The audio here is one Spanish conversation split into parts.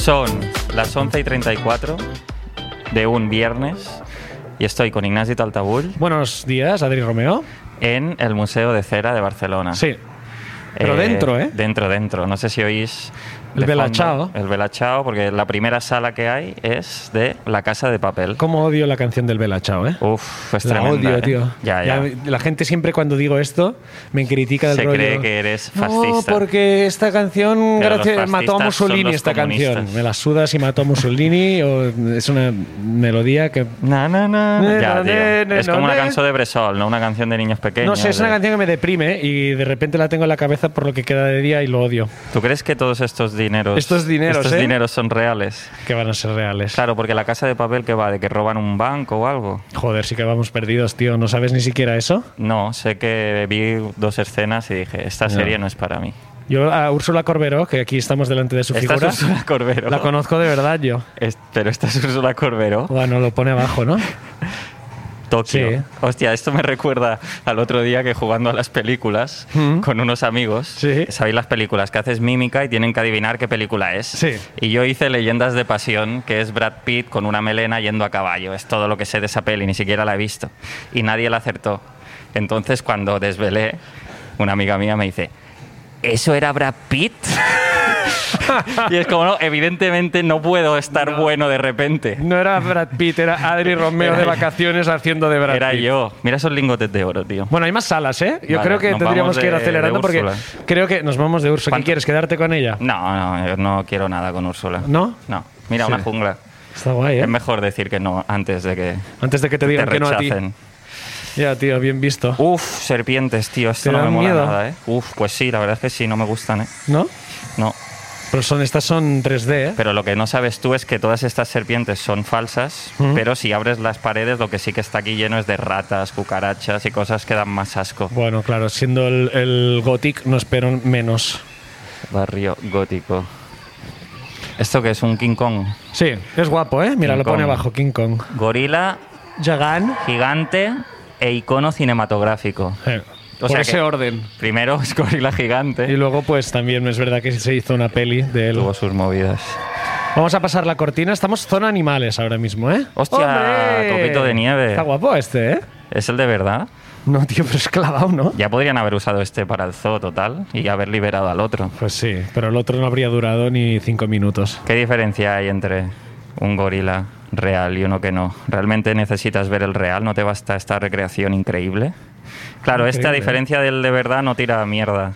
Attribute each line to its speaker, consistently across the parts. Speaker 1: Son las 11 y 34 de un viernes y estoy con Ignacio Taltabull
Speaker 2: Buenos días, Adri Romeo.
Speaker 1: en el Museo de Cera de Barcelona.
Speaker 2: Sí. Pero dentro, ¿eh?
Speaker 1: Dentro, dentro. No sé si oís.
Speaker 2: El
Speaker 1: de
Speaker 2: Belachao.
Speaker 1: fondo El Belachao, porque la primera sala que hay es de La Casa de Papel.
Speaker 2: ¿Cómo odio la canción del Bella Chao, eh?
Speaker 1: Uf, es
Speaker 2: la
Speaker 1: tremenda,
Speaker 2: odio,
Speaker 1: ¿eh?
Speaker 2: tío.
Speaker 1: Ya, ya.
Speaker 2: La, la gente siempre cuando digo esto me critica del
Speaker 1: Se
Speaker 2: rollo.
Speaker 1: cree que eres
Speaker 2: No,
Speaker 1: fascista.
Speaker 2: porque esta canción
Speaker 1: Pero
Speaker 2: gracias-
Speaker 1: los
Speaker 2: mató a
Speaker 1: fascistas son
Speaker 2: Mussolini
Speaker 1: los
Speaker 2: esta
Speaker 1: comunistas.
Speaker 2: canción. Me la suda si mató a Mussolini o es una melodía que
Speaker 1: Na, na, na, na.
Speaker 2: Ne,
Speaker 1: Ya,
Speaker 2: no,
Speaker 1: tío.
Speaker 2: ne, ne,
Speaker 1: Es como
Speaker 2: no,
Speaker 1: una
Speaker 2: ne.
Speaker 1: canción de Bresol, no una canción de niños pequeños.
Speaker 2: no sé, es una
Speaker 1: de-
Speaker 2: canción que me deprime y de repente la tengo en la cabeza por lo que queda de día y lo odio.
Speaker 1: ¿Tú crees que todos estos dineros,
Speaker 2: Estos dineros,
Speaker 1: estos
Speaker 2: ¿eh?
Speaker 1: dineros son reales?
Speaker 2: Que van a ser reales.
Speaker 1: Claro, porque la casa de papel que va, de que roban un banco o algo.
Speaker 2: Joder, sí que vamos perdidos, tío. ¿No sabes ni siquiera eso?
Speaker 1: No, sé que vi dos escenas y dije, esta serie no es para mí.
Speaker 2: Yo a Úrsula Corberó, que aquí estamos delante de su
Speaker 1: Esta
Speaker 2: figura,
Speaker 1: es Úrsula Corberó.
Speaker 2: la conozco de verdad yo.
Speaker 1: Es- pero esta es Úrsula Corberó.
Speaker 2: Bueno, lo pone abajo, ¿no?
Speaker 1: Tokio.
Speaker 2: Sí.
Speaker 1: Hostia, esto me recuerda al otro día que jugando a las películas
Speaker 2: Mm.
Speaker 1: con unos amigos.
Speaker 2: Sí.
Speaker 1: ¿Sabéis las películas? Que haces mímica y tienen que adivinar qué película es.
Speaker 2: Sí.
Speaker 1: Y yo hice Leyendas de Pasión, que es Brad Pitt con una melena yendo a caballo. Es todo lo que sé de esa peli, ni siquiera la he visto. Y nadie la acertó. Entonces, cuando desvelé, una amiga mía me dice. ¿Eso era Brad Pitt? y es como, no, evidentemente no puedo estar bueno de repente.
Speaker 2: No era Brad Pitt, era Adri Romeo
Speaker 1: Era
Speaker 2: de
Speaker 1: yo.
Speaker 2: vacaciones haciendo de Brad
Speaker 1: Era
Speaker 2: Pitt.
Speaker 1: yo. Mira esos lingotes de oro, tío.
Speaker 2: Bueno, hay más salas, ¿eh? Yo
Speaker 1: Vale,
Speaker 2: creo que
Speaker 1: nos
Speaker 2: tendríamos
Speaker 1: vamos
Speaker 2: que ir
Speaker 1: de-
Speaker 2: acelerando
Speaker 1: de
Speaker 2: porque
Speaker 1: Úrsula.
Speaker 2: creo que nos vamos de Úrsula. ¿Qué
Speaker 1: ¿Cuánto- Mm.
Speaker 2: quieres? ¿Quedarte con ella?
Speaker 1: No, no, yo no quiero nada con Úrsula.
Speaker 2: ¿No?
Speaker 1: No. Mira,
Speaker 2: Sí.
Speaker 1: una jungla.
Speaker 2: Está guay,
Speaker 1: Es
Speaker 2: ¿eh?
Speaker 1: mejor decir que no antes de que
Speaker 2: Antes de que te
Speaker 1: te
Speaker 2: digan que no a ti.
Speaker 1: rechacen. Uh.
Speaker 2: Ya, tío, bien visto.
Speaker 1: Uf, serpientes, tío. Esto
Speaker 2: ¿Te
Speaker 1: no me
Speaker 2: dan
Speaker 1: mola
Speaker 2: miedo?
Speaker 1: nada, ¿eh? Uf, pues sí, la verdad es que sí, no me gustan, ¿eh?
Speaker 2: ¿No?
Speaker 1: No.
Speaker 2: Pero son, estas son 3D, ¿eh?
Speaker 1: Pero lo que no sabes tú es que todas estas serpientes son falsas, pero si abres las paredes, lo que sí que está aquí lleno es de ratas, cucarachas y cosas que dan más asco.
Speaker 2: Bueno, claro, siendo el, el Gothic no espero menos.
Speaker 1: Barrio gótico. ¿Esto que es? ¿Un King Kong?
Speaker 2: Sí, es guapo, ¿eh? Mira,
Speaker 1: King
Speaker 2: lo pone
Speaker 1: Kong.
Speaker 2: abajo, King Kong.
Speaker 1: Gorila,
Speaker 2: Jagan.
Speaker 1: gigante e icono cinematográfico. O
Speaker 2: Eh, por
Speaker 1: sea
Speaker 2: ese
Speaker 1: que-
Speaker 2: orden.
Speaker 1: Primero es Gorila
Speaker 2: Y
Speaker 1: Gigante.
Speaker 2: luego, pues también es verdad que se hizo una peli de
Speaker 1: Y
Speaker 2: él.
Speaker 1: luego sus movidas.
Speaker 2: Vamos a pasar la cortina. Estamos zona animales ahora mismo, ¿eh?
Speaker 1: Hostia, copito de nieve.
Speaker 2: Está guapo este, ¿eh?
Speaker 1: ¿Es el de verdad?
Speaker 2: No, tío, pero es clavado, ¿no?
Speaker 1: Ya podrían haber usado este para el zoo total y haber liberado al otro.
Speaker 2: Pues sí, pero el otro no habría durado ni cinco minutos.
Speaker 1: ¿Qué diferencia hay entre un gorila real y uno que no? ¿Realmente necesitas ver el real? ¿No te basta esta recreación increíble? Claro, esta
Speaker 2: Increíble, ¿eh?
Speaker 1: diferencia del de verdad no tira mierda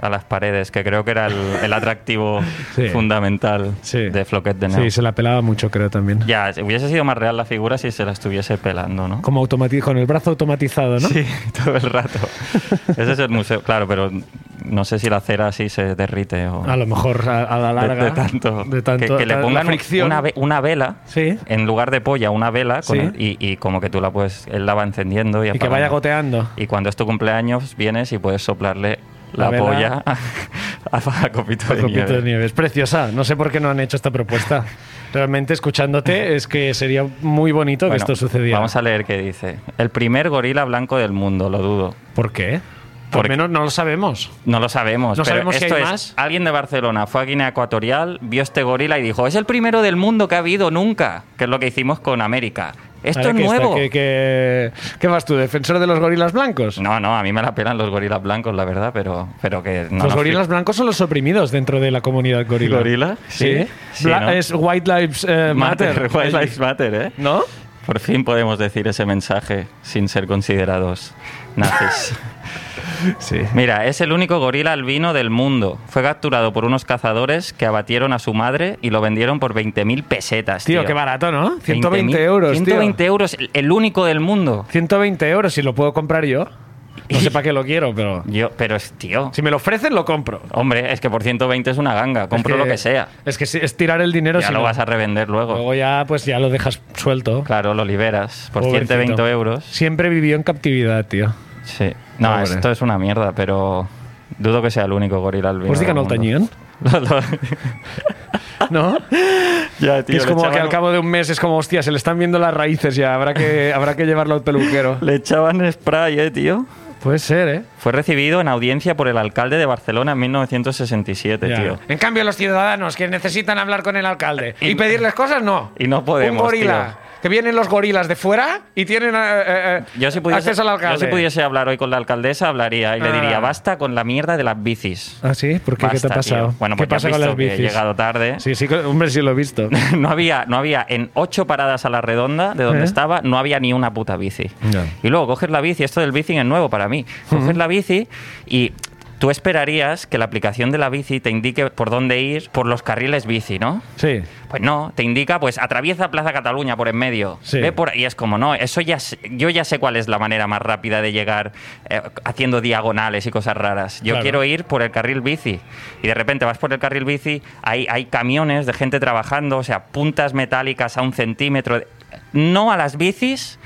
Speaker 1: a las paredes, que creo que era el, el atractivo
Speaker 2: Sí.
Speaker 1: fundamental
Speaker 2: Sí.
Speaker 1: de Floquet de Neu.
Speaker 2: Sí, se la pelaba mucho, creo también.
Speaker 1: Ya, hubiese sido más real la figura si se la estuviese pelando, ¿no?
Speaker 2: Como automati- con el brazo automatizado, ¿no?
Speaker 1: Sí, todo el rato. Ese es el museo, claro, pero no sé si la cera así se derrite o...
Speaker 2: A lo mejor a, a la
Speaker 1: de-
Speaker 2: larga.
Speaker 1: de, tanto.
Speaker 2: de tanto-
Speaker 1: que, que le
Speaker 2: la
Speaker 1: pongan
Speaker 2: fricción.
Speaker 1: Una, ve- una vela
Speaker 2: Sí.
Speaker 1: en lugar de polla, una vela con
Speaker 2: Sí.
Speaker 1: el- y, y como que tú la puedes, él la va encendiendo y,
Speaker 2: Y que
Speaker 1: apagando.
Speaker 2: vaya goteando.
Speaker 1: Y cuando es tu cumpleaños vienes y puedes soplarle la,
Speaker 2: La vela.
Speaker 1: polla a, a- a copito, de,
Speaker 2: Copito
Speaker 1: nieve.
Speaker 2: de nieve. Es preciosa. No sé por qué no han hecho esta propuesta. Realmente, escuchándote, es que sería muy bonito que
Speaker 1: Bueno,
Speaker 2: esto sucediera.
Speaker 1: Vamos a leer qué dice. El primer gorila blanco del mundo, lo dudo.
Speaker 2: ¿Por qué? Por
Speaker 1: Porque-
Speaker 2: lo menos no lo sabemos.
Speaker 1: No lo sabemos.
Speaker 2: No
Speaker 1: pero
Speaker 2: sabemos si
Speaker 1: esto
Speaker 2: hay
Speaker 1: es,
Speaker 2: más.
Speaker 1: Alguien de Barcelona fue a Guinea Ecuatorial, vio este gorila y dijo: Es el primero del mundo que ha habido nunca, que es lo que hicimos con América. Esto
Speaker 2: Ahora
Speaker 1: es
Speaker 2: que está-
Speaker 1: nuevo.
Speaker 2: que- que- ¿Qué vas tú, defensor de los gorilas blancos?
Speaker 1: No, no, a mí me la pelan los gorilas blancos, la verdad, pero, pero que no.
Speaker 2: los
Speaker 1: nos
Speaker 2: gorilas blancos son los oprimidos dentro de la comunidad gorila.
Speaker 1: ¿Gorila?
Speaker 2: Sí.
Speaker 1: Sí. Sí,
Speaker 2: Bla-
Speaker 1: ¿no?
Speaker 2: Es White Lives eh,
Speaker 1: fli-
Speaker 2: Matter.
Speaker 1: Matter, White Lives Matter, ¿eh?
Speaker 2: ¿No?
Speaker 1: Por fin podemos decir ese mensaje sin ser considerados nazis.
Speaker 2: Sí.
Speaker 1: Mira, es el único gorila albino del mundo. Fue capturado por unos cazadores que abatieron a su madre y lo vendieron por 20.000 pesetas.
Speaker 2: Tío,
Speaker 1: Tío,
Speaker 2: qué barato, ¿no? 120
Speaker 1: 20.000,
Speaker 2: euros,
Speaker 1: 120
Speaker 2: tío.
Speaker 1: euros, el- el único del mundo.
Speaker 2: 120 euros, si lo puedo comprar yo. No sé para qué lo quiero, pero...
Speaker 1: Yo, pero es, tío.
Speaker 2: Si me lo ofrecen, lo compro.
Speaker 1: Hombre, es que por 120 es una ganga. Compro
Speaker 2: Es
Speaker 1: lo que sea.
Speaker 2: Es que si- es tirar el dinero...
Speaker 1: Ya
Speaker 2: si
Speaker 1: lo
Speaker 2: no.
Speaker 1: vas a revender luego.
Speaker 2: Luego ya, pues ya lo dejas suelto.
Speaker 1: Claro, lo liberas por
Speaker 2: Pobrecito.
Speaker 1: 120 euros.
Speaker 2: Siempre vivió en captividad, tío.
Speaker 1: Sí. No,
Speaker 2: Pobre.
Speaker 1: esto es una mierda, pero dudo que sea el único gorila albino.
Speaker 2: Pues
Speaker 1: del
Speaker 2: digan al
Speaker 1: mundo.
Speaker 2: tañón,
Speaker 1: Lo- lo-
Speaker 2: ¿no?
Speaker 1: ya,
Speaker 2: Que
Speaker 1: tío.
Speaker 2: es
Speaker 1: le
Speaker 2: como que
Speaker 1: echaban-
Speaker 2: al cabo de un mes es como, hostia, se le están viendo las raíces ya, habrá que, habrá que llevarlo al peluquero.
Speaker 1: Le echaban spray, eh, tío.
Speaker 2: Puede ser, ¿eh?
Speaker 1: Fue recibido en audiencia por el alcalde de Barcelona en 1967,
Speaker 2: Ya.
Speaker 1: tío.
Speaker 2: En cambio, los ciudadanos que necesitan hablar con el alcalde y,
Speaker 1: Y-
Speaker 2: pedirles cosas, no.
Speaker 1: y no podemos,
Speaker 2: Un gorila. Que vienen los gorilas de fuera y tienen eh, eh, eh,
Speaker 1: Yo si, pudiese,
Speaker 2: acceso al alcalde.
Speaker 1: yo si pudiese hablar hoy con la alcaldesa, hablaría y le
Speaker 2: Ah.
Speaker 1: diría, basta con la mierda de las bicis.
Speaker 2: Ah, sí, ¿por qué? ¿Qué
Speaker 1: Basta,
Speaker 2: te ha pasado?
Speaker 1: tío. Bueno,
Speaker 2: ¿Qué
Speaker 1: pues ya has
Speaker 2: pasa con
Speaker 1: visto
Speaker 2: las
Speaker 1: que
Speaker 2: bicis?
Speaker 1: He llegado tarde.
Speaker 2: Sí, sí, que- hombre, sí lo he visto.
Speaker 1: No había, no había, en ocho paradas a la redonda de donde
Speaker 2: ¿Eh?
Speaker 1: estaba, no había ni una puta bici.
Speaker 2: Ya.
Speaker 1: Y luego coges la bici, esto del bici es nuevo para mí. Coges la bici y tú esperarías que la aplicación de la bici te indique por dónde ir por los carriles bici, ¿no?
Speaker 2: Sí.
Speaker 1: Pues no, te indica, pues atraviesa Plaza Cataluña por en medio.
Speaker 2: Sí.
Speaker 1: Ve por, y es como, no, eso ya sé- yo ya sé cuál es la manera más rápida de llegar eh, haciendo diagonales y cosas raras. Yo
Speaker 2: Claro.
Speaker 1: quiero ir por el carril bici. Y de repente vas por el carril bici, hay, hay camiones de gente trabajando, o sea, puntas metálicas a un centímetro. de- no a las bicis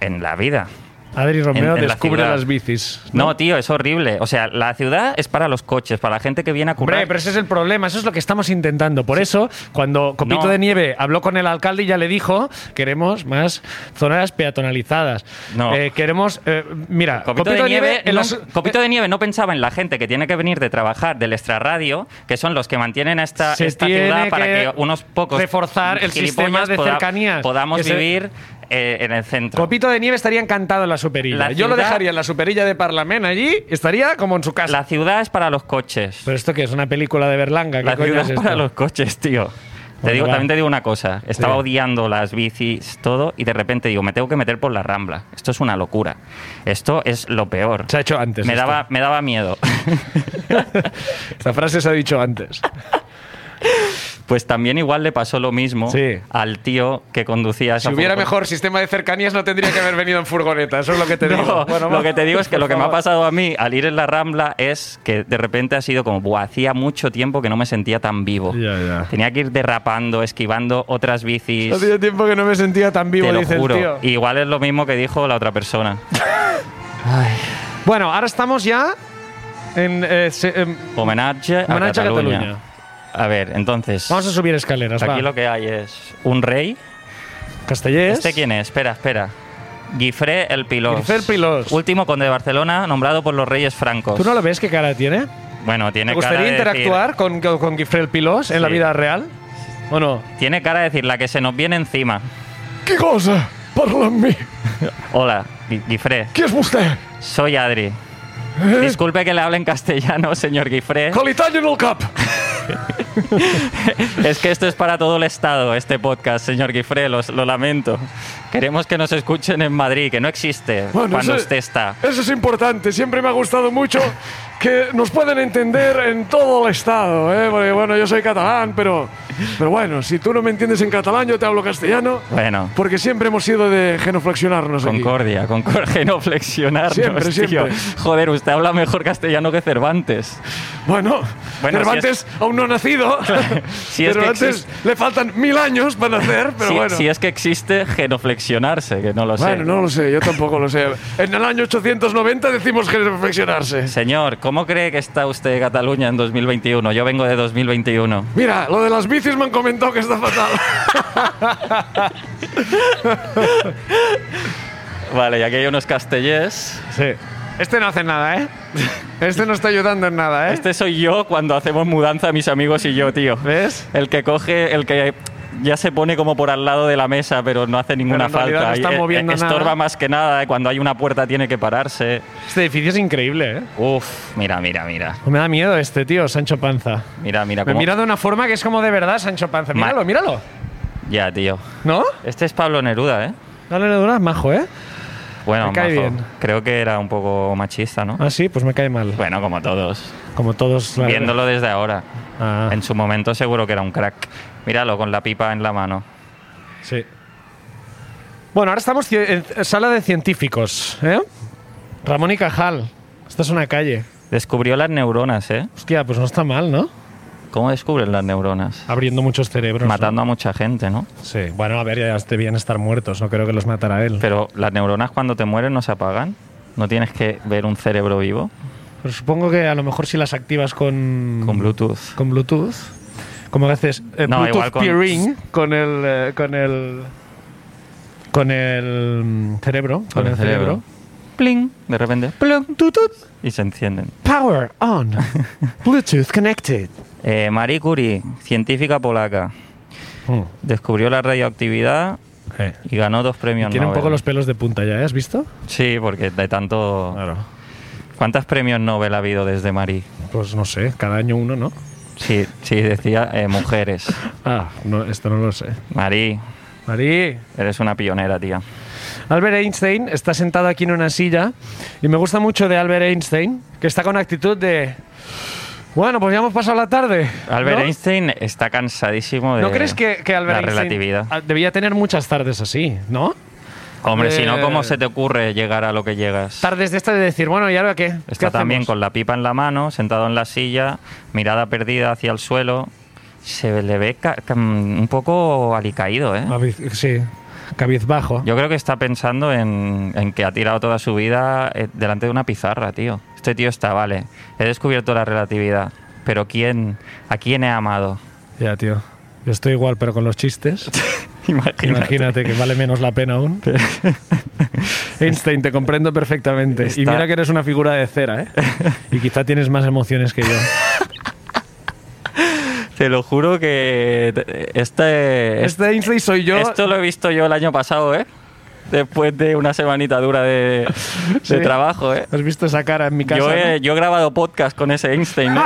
Speaker 1: en la vida.
Speaker 2: Adri Romeo
Speaker 1: En- en la
Speaker 2: descubre
Speaker 1: ciudad.
Speaker 2: las bicis.
Speaker 1: No, tío, es horrible. O sea, la ciudad es para los coches, para la gente que viene a currar.
Speaker 2: Hombre, pero ese es el problema, eso es lo que estamos intentando. Por eso, cuando Copito
Speaker 1: No.
Speaker 2: de Nieve habló con el alcalde y ya le dijo, queremos más zonas peatonalizadas.
Speaker 1: No.
Speaker 2: Eh, queremos, eh, mira,
Speaker 1: Copito, de, nieve,
Speaker 2: en
Speaker 1: no,
Speaker 2: las-
Speaker 1: Copito de Nieve no pensaba en la gente que tiene que venir de trabajar del extrarradio, que son los que mantienen a esta,
Speaker 2: Se
Speaker 1: esta
Speaker 2: tiene
Speaker 1: ciudad para
Speaker 2: que
Speaker 1: que unos pocos
Speaker 2: reforzar el sistema
Speaker 1: gilipollas
Speaker 2: de
Speaker 1: poda-
Speaker 2: cercanías.
Speaker 1: podamos
Speaker 2: Que se-
Speaker 1: vivir eh, en el centro.
Speaker 2: Copito de Nieve estaría encantado en la superilla.
Speaker 1: La
Speaker 2: Yo lo
Speaker 1: ciudad-
Speaker 2: dejaría en la superilla de Parlament allí, estaría como en su casa.
Speaker 1: la ciudad es para los coches.
Speaker 2: Pero esto que es una película de Berlanga, ¿qué
Speaker 1: La
Speaker 2: coño
Speaker 1: ciudad
Speaker 2: es
Speaker 1: es
Speaker 2: esto?
Speaker 1: para los coches, tío. Te
Speaker 2: Bueno,
Speaker 1: digo,
Speaker 2: va.
Speaker 1: también te digo una cosa. Estaba
Speaker 2: Sí.
Speaker 1: odiando las bicis, todo, y de repente digo, me tengo que meter por la rambla. Esto es una locura. Esto es lo peor.
Speaker 2: Se ha hecho antes.
Speaker 1: me,
Speaker 2: esto.
Speaker 1: daba, me daba miedo.
Speaker 2: Esta frase se ha dicho antes.
Speaker 1: Pues también igual le pasó lo mismo
Speaker 2: Sí.
Speaker 1: al tío que conducía esa
Speaker 2: Si hubiera
Speaker 1: furgoneta.
Speaker 2: mejor sistema de cercanías, no tendría que haber venido en furgoneta. Eso es lo que te
Speaker 1: No,
Speaker 2: digo.
Speaker 1: lo que te digo es que lo que me ha
Speaker 2: pasado
Speaker 1: pasado a mí al ir en la Rambla es que de repente ha sido como, "Buah, hacía mucho tiempo que no me sentía tan vivo.
Speaker 2: Ya, ya.
Speaker 1: Tenía que ir derrapando, esquivando otras bicis.
Speaker 2: Hacía tiempo que no me sentía tan vivo,
Speaker 1: te lo
Speaker 2: dice el
Speaker 1: juro.
Speaker 2: tío.
Speaker 1: Igual es lo mismo que dijo la otra persona.
Speaker 2: Bueno, ahora estamos ya en. eh, se- em,
Speaker 1: Homenaje, "Pues a,
Speaker 2: Homenaje a
Speaker 1: Cataluña.
Speaker 2: Cataluña.
Speaker 1: A ver, entonces.
Speaker 2: vamos a subir escaleras.
Speaker 1: aquí
Speaker 2: va.
Speaker 1: lo que hay es un rey.
Speaker 2: Castellers.
Speaker 1: ¿Este quién es? Espera, espera. Guifré el Pilos.
Speaker 2: Guifré el Pilós.
Speaker 1: Último conde de Barcelona, nombrado por los reyes francos.
Speaker 2: ¿Tú no lo ves qué cara tiene?
Speaker 1: Bueno, tiene
Speaker 2: ¿Te
Speaker 1: cara
Speaker 2: gustaría
Speaker 1: de decir-
Speaker 2: interactuar con, con, con Guifré el Pilós en la
Speaker 1: Sí.
Speaker 2: vida real? ¿O no?
Speaker 1: tiene cara de decir la que se nos viene encima.
Speaker 2: ¿Qué cosa? Parla en mí.
Speaker 1: Hola, Gui- Guifré.
Speaker 2: ¿Quién es usted?
Speaker 1: Soy Adri.
Speaker 2: Eh.
Speaker 1: Disculpe que le hable en castellano, señor Guifré.
Speaker 2: Calidad en el cap.
Speaker 1: Es que esto es para todo el Estado, este podcast, señor Guifré, los- lo, lamento. Queremos que nos escuchen en Madrid, que no existe cuando usted está.
Speaker 2: Eso es importante. Siempre me ha gustado mucho que nos pueden entender en todo el estado. ¿eh? Porque, bueno, yo soy catalán, pero, pero bueno, si tú no me entiendes en catalán, yo te hablo castellano.
Speaker 1: Bueno,
Speaker 2: Porque siempre hemos ido de genoflexionarnos aquí.
Speaker 1: concordia, concordia, no flexionarnos,
Speaker 2: Siempre,
Speaker 1: tío.
Speaker 2: siempre.
Speaker 1: Joder, usted habla mejor castellano que Cervantes.
Speaker 3: Bueno,
Speaker 1: Bueno,
Speaker 3: Cervantes aún no ha nacido.
Speaker 1: si es que
Speaker 3: Cervantes le faltan mil años para nacer, pero
Speaker 1: si,
Speaker 3: bueno.
Speaker 1: si es que existe genoflexionarse, que no lo sé.
Speaker 3: bueno, no lo sé, yo tampoco lo sé. En el año 890 decimos que reflexionarse.
Speaker 1: Señor, ¿cómo cree que está usted de Cataluña en 2021? Yo vengo de 2021.
Speaker 3: Mira, lo de las bicis me han comentado que está fatal.
Speaker 1: Vale, y aquí hay unos castellers.
Speaker 2: Sí. Este no hace nada, ¿eh? Este no está ayudando en nada, ¿eh?
Speaker 1: Este soy yo cuando hacemos mudanza, mis amigos y yo, tío.
Speaker 2: ¿Ves?
Speaker 1: El que coge, el que ya se pone como por al lado de la mesa, pero no hace ninguna
Speaker 2: en realidad
Speaker 1: falta.
Speaker 2: no está
Speaker 1: Y, eh,
Speaker 2: moviendo nada.
Speaker 1: Estorba más que nada. eh, Cuando hay una puerta tiene que pararse.
Speaker 2: Este edificio es increíble, ¿eh?
Speaker 1: Uf, mira, mira, mira.
Speaker 2: Me da miedo este tío, Sancho Panza.
Speaker 1: Mira, mira
Speaker 2: Me
Speaker 1: cómo.
Speaker 2: mira de una forma que es como de verdad Sancho Panza.
Speaker 1: Ma-
Speaker 2: Míralo, míralo.
Speaker 1: Ya, tío.
Speaker 2: ¿No?
Speaker 1: Este es Pablo Neruda, ¿eh?
Speaker 2: Dale Neruda es majo, ¿eh?
Speaker 1: Bueno,
Speaker 2: Me cae
Speaker 1: majo.
Speaker 2: bien.
Speaker 1: creo que era un poco machista, ¿no?
Speaker 2: Ah, sí, pues me cae mal.
Speaker 1: Bueno, como todos.
Speaker 2: Como todos. la-
Speaker 1: Viéndolo desde ahora.
Speaker 2: Ah,
Speaker 1: En su momento seguro que era un crack. Míralo con la pipa en la mano.
Speaker 2: sí. Bueno, ahora estamos ci- en sala de científicos, ¿eh? Ramón y Cajal. Esta es una calle.
Speaker 1: Descubrió las neuronas, ¿eh?
Speaker 2: Hostia, pues no está mal, ¿no?
Speaker 1: ¿Cómo descubren las neuronas?
Speaker 2: Abriendo muchos cerebros. Ah, ¿no?
Speaker 1: Matando a mucha gente, ¿no?
Speaker 2: Sí, bueno, a ver, ya debían estar muertos, no creo que los matara él.
Speaker 1: Pero las neuronas cuando te mueren no se apagan. No tienes que ver un cerebro vivo
Speaker 2: Pero supongo que a lo mejor si las activas con,
Speaker 1: con Bluetooth.
Speaker 2: con Bluetooth, como que haces eh,
Speaker 1: No,
Speaker 2: Bluetooth
Speaker 1: igual con-
Speaker 2: peering con el eh, con el con el mm, cerebro, con, el, cerebro.
Speaker 1: pling, de repente, plum, y se encienden.
Speaker 4: Power on. Bluetooth connected.
Speaker 1: Eh, Marie Curie, científica polaca, Hmm. descubrió la radioactividad
Speaker 2: Eh,
Speaker 1: y ganó dos premios
Speaker 2: Tiene un
Speaker 1: Nobel.
Speaker 2: poco los pelos de punta ya, ¿eh? ¿has visto?
Speaker 1: Sí, porque de tanto...
Speaker 2: Ah.
Speaker 1: ¿Cuántos premios Nobel ha habido desde Marie?
Speaker 2: Pues no sé, cada año uno, ¿no?
Speaker 1: Sí, sí, decía eh, mujeres.
Speaker 2: Ah, no, esto no lo sé.
Speaker 1: Marie,
Speaker 2: Marí,
Speaker 1: eres una pionera, tía.
Speaker 2: Albert Einstein está sentado aquí en una silla y me gusta mucho de Albert Einstein, que está con actitud de... Bueno, pues ya hemos pasado la tarde.
Speaker 1: Albert
Speaker 2: ¿no?
Speaker 1: Einstein está cansadísimo de
Speaker 2: ¿No crees que, que Albert
Speaker 1: la
Speaker 2: Einstein
Speaker 1: relatividad.
Speaker 2: ah, debía tener muchas tardes así, no?
Speaker 1: Hombre, si no,
Speaker 2: Eh,
Speaker 1: ¿cómo se te ocurre llegar a lo que llegas?
Speaker 2: Tardes de esta de decir, bueno, ¿y ahora qué? ¿Qué
Speaker 1: Está también
Speaker 2: hacemos?
Speaker 1: con la pipa en la mano, sentado en la silla, mirada perdida hacia el suelo. Se le ve ca- ca- un poco alicaído, ¿eh?
Speaker 2: Cabiz- Sí, cabizbajo.
Speaker 1: Yo creo que está pensando en, en que ha tirado toda su vida eh, delante de una pizarra, tío. Este tío está, vale. He descubierto la relatividad, pero ¿quién, ¿a quién he amado?
Speaker 2: Ya, tío. Yo estoy igual, pero con los chistes.
Speaker 1: Imagínate.
Speaker 2: Imagínate que vale menos la pena aún. Einstein, te comprendo perfectamente. Y
Speaker 1: Está-
Speaker 2: mira que eres una figura de cera, ¿eh? Y quizá tienes más emociones que yo.
Speaker 1: Te lo juro que te- este,
Speaker 2: Este Einstein soy yo.
Speaker 1: Esto lo he visto yo el año pasado, ¿eh? Después de una semanita dura de, de
Speaker 2: Sí.
Speaker 1: trabajo, ¿eh?
Speaker 2: ¿Has visto esa cara en mi casa?
Speaker 1: Yo he, yo he grabado podcast con ese Einstein. ¿eh?